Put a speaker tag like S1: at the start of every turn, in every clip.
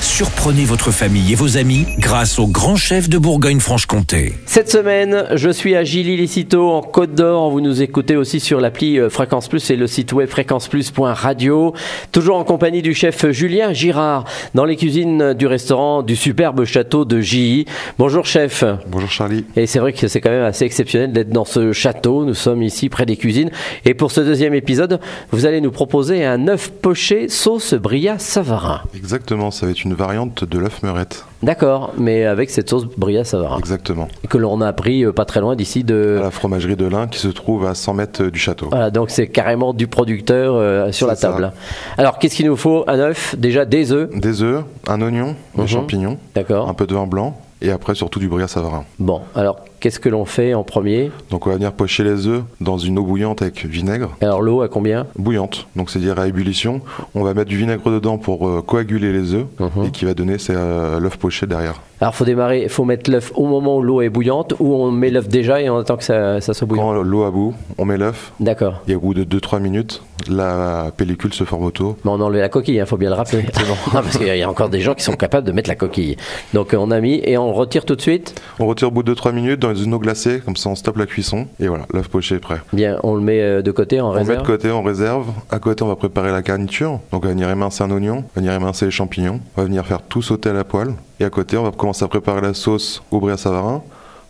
S1: Surprenez votre famille et vos amis grâce au grand chef de Bourgogne-Franche-Comté.
S2: Cette semaine, je suis à Gilly-les-Citeaux en Côte d'Or. Vous nous écoutez aussi sur l'appli euh, Fréquence Plus et le site web fréquenceplus.radio. Toujours en compagnie du chef Julien Girard dans les cuisines du restaurant du superbe château de Gilly. Bonjour chef.
S3: Bonjour Charlie.
S2: Et c'est vrai que c'est quand même assez exceptionnel d'être dans ce château. Nous sommes ici près des cuisines. Et pour ce deuxième épisode, vous allez nous proposer un œuf poché sauce bria savarin.
S3: Exactement, ça va être une variante de l'œuf meurette.
S2: D'accord, mais avec cette sauce bria savarin
S3: Exactement.
S2: que l'on a pris euh, pas très loin d'ici
S3: À
S2: de.
S3: la fromagerie de l'Ain qui se trouve à 100 mètres du château.
S2: Voilà, donc c'est carrément du producteur euh, sur la
S3: C'est ça.
S2: table. Alors qu'est-ce qu'il nous faut Un œuf, déjà des œufs,
S3: Des œufs, un oignon,
S2: Mhm. Ah.
S3: des champignons, un
S2: d'accord.
S3: peu de vin blanc et après surtout du brillat savarin.
S2: Bon, alors qu'est-ce que l'on fait en premier
S3: Donc on va venir pocher les œufs dans une eau bouillante avec vinaigre.
S2: Alors l'eau à combien
S3: Bouillante, donc c'est-à-dire à ébullition. On va mettre du vinaigre dedans pour euh, coaguler les œufs
S2: Mhm.
S3: et qui va donner c'est, euh, l'œuf poché derrière.
S2: Alors faut démarrer, faut mettre l'œuf au moment où l'eau est bouillante, ou on met l'œuf déjà et on attend que ça, ça soit bouillant.
S3: Quand l'eau à bout, on met l'œuf
S2: D'accord.
S3: et au bout de 2-3 minutes, la pellicule se forme autour.
S2: Mais on a enlevé la coquille, il faut bien le rappeler. Non, parce qu'il y a encore des gens qui sont capables de mettre la coquille. Donc euh, on a mis et on le retire tout de suite.
S3: On retire au bout de 2-3 minutes dans une eau glacée, comme ça on stoppe la cuisson. Et voilà, l'œuf poché est prêt.
S2: Bien, on le met euh, de côté en
S3: On met de
S2: réserve.
S3: côté en réserve. À côté, on va préparer la garniture. Donc, on va venir émincer un oignon, on va venir émincer les champignons, on va venir faire tout sauter à la poêle. Et à côté, on va commencer à préparer la sauce au brie à savarin.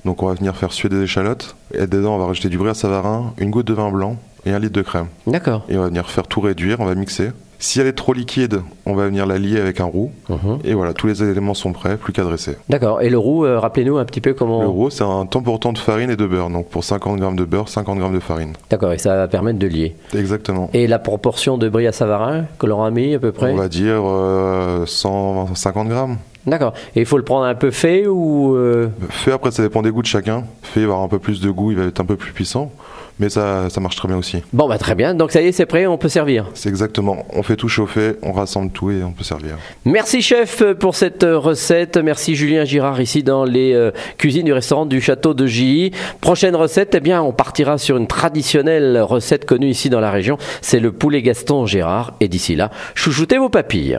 S3: Donc, on va venir faire suer des échalotes. Et dedans, on va rajouter du brie à savarin, une goutte de vin blanc et un litre de crème.
S2: D'accord.
S3: Et on va venir faire tout réduire, on va mixer. Si elle est trop liquide, on va venir la lier avec un roux.
S2: Mhm.
S3: Et voilà, tous les éléments sont prêts, plus qu'à dresser.
S2: D'accord. Et le roux, euh, rappelez-nous un petit peu comment.
S3: Le roux, c'est un temps pour temps de farine et de beurre. Donc, pour 50 grammes de beurre, 50 grammes de farine.
S2: D'accord, et ça va permettre de lier.
S3: Exactement.
S2: Et la proportion de brie à savarin que l'on a mis à peu près
S3: On va dire euh, 150 grammes.
S2: D'accord. Et il faut le prendre un peu fait ou. euh,
S3: Fait, après, ça dépend des goûts de chacun. Fait, il va avoir un peu plus de goût, il va être un peu plus puissant. Mais ça, ça marche très bien aussi.
S2: Bon, bah très bien. Donc ça y est, c'est prêt, on peut servir.
S3: C'est exactement. On fait tout chauffer, on rassemble tout et on peut servir.
S2: Merci chef pour cette euh, recette. Merci Julien Girard ici dans les euh, cuisines du restaurant du château de Gilly. Prochaine recette, eh bien, on partira sur une traditionnelle recette connue ici dans la région. C'est le poulet Gaston Girard. Et d'ici là, chouchoutez vos papilles.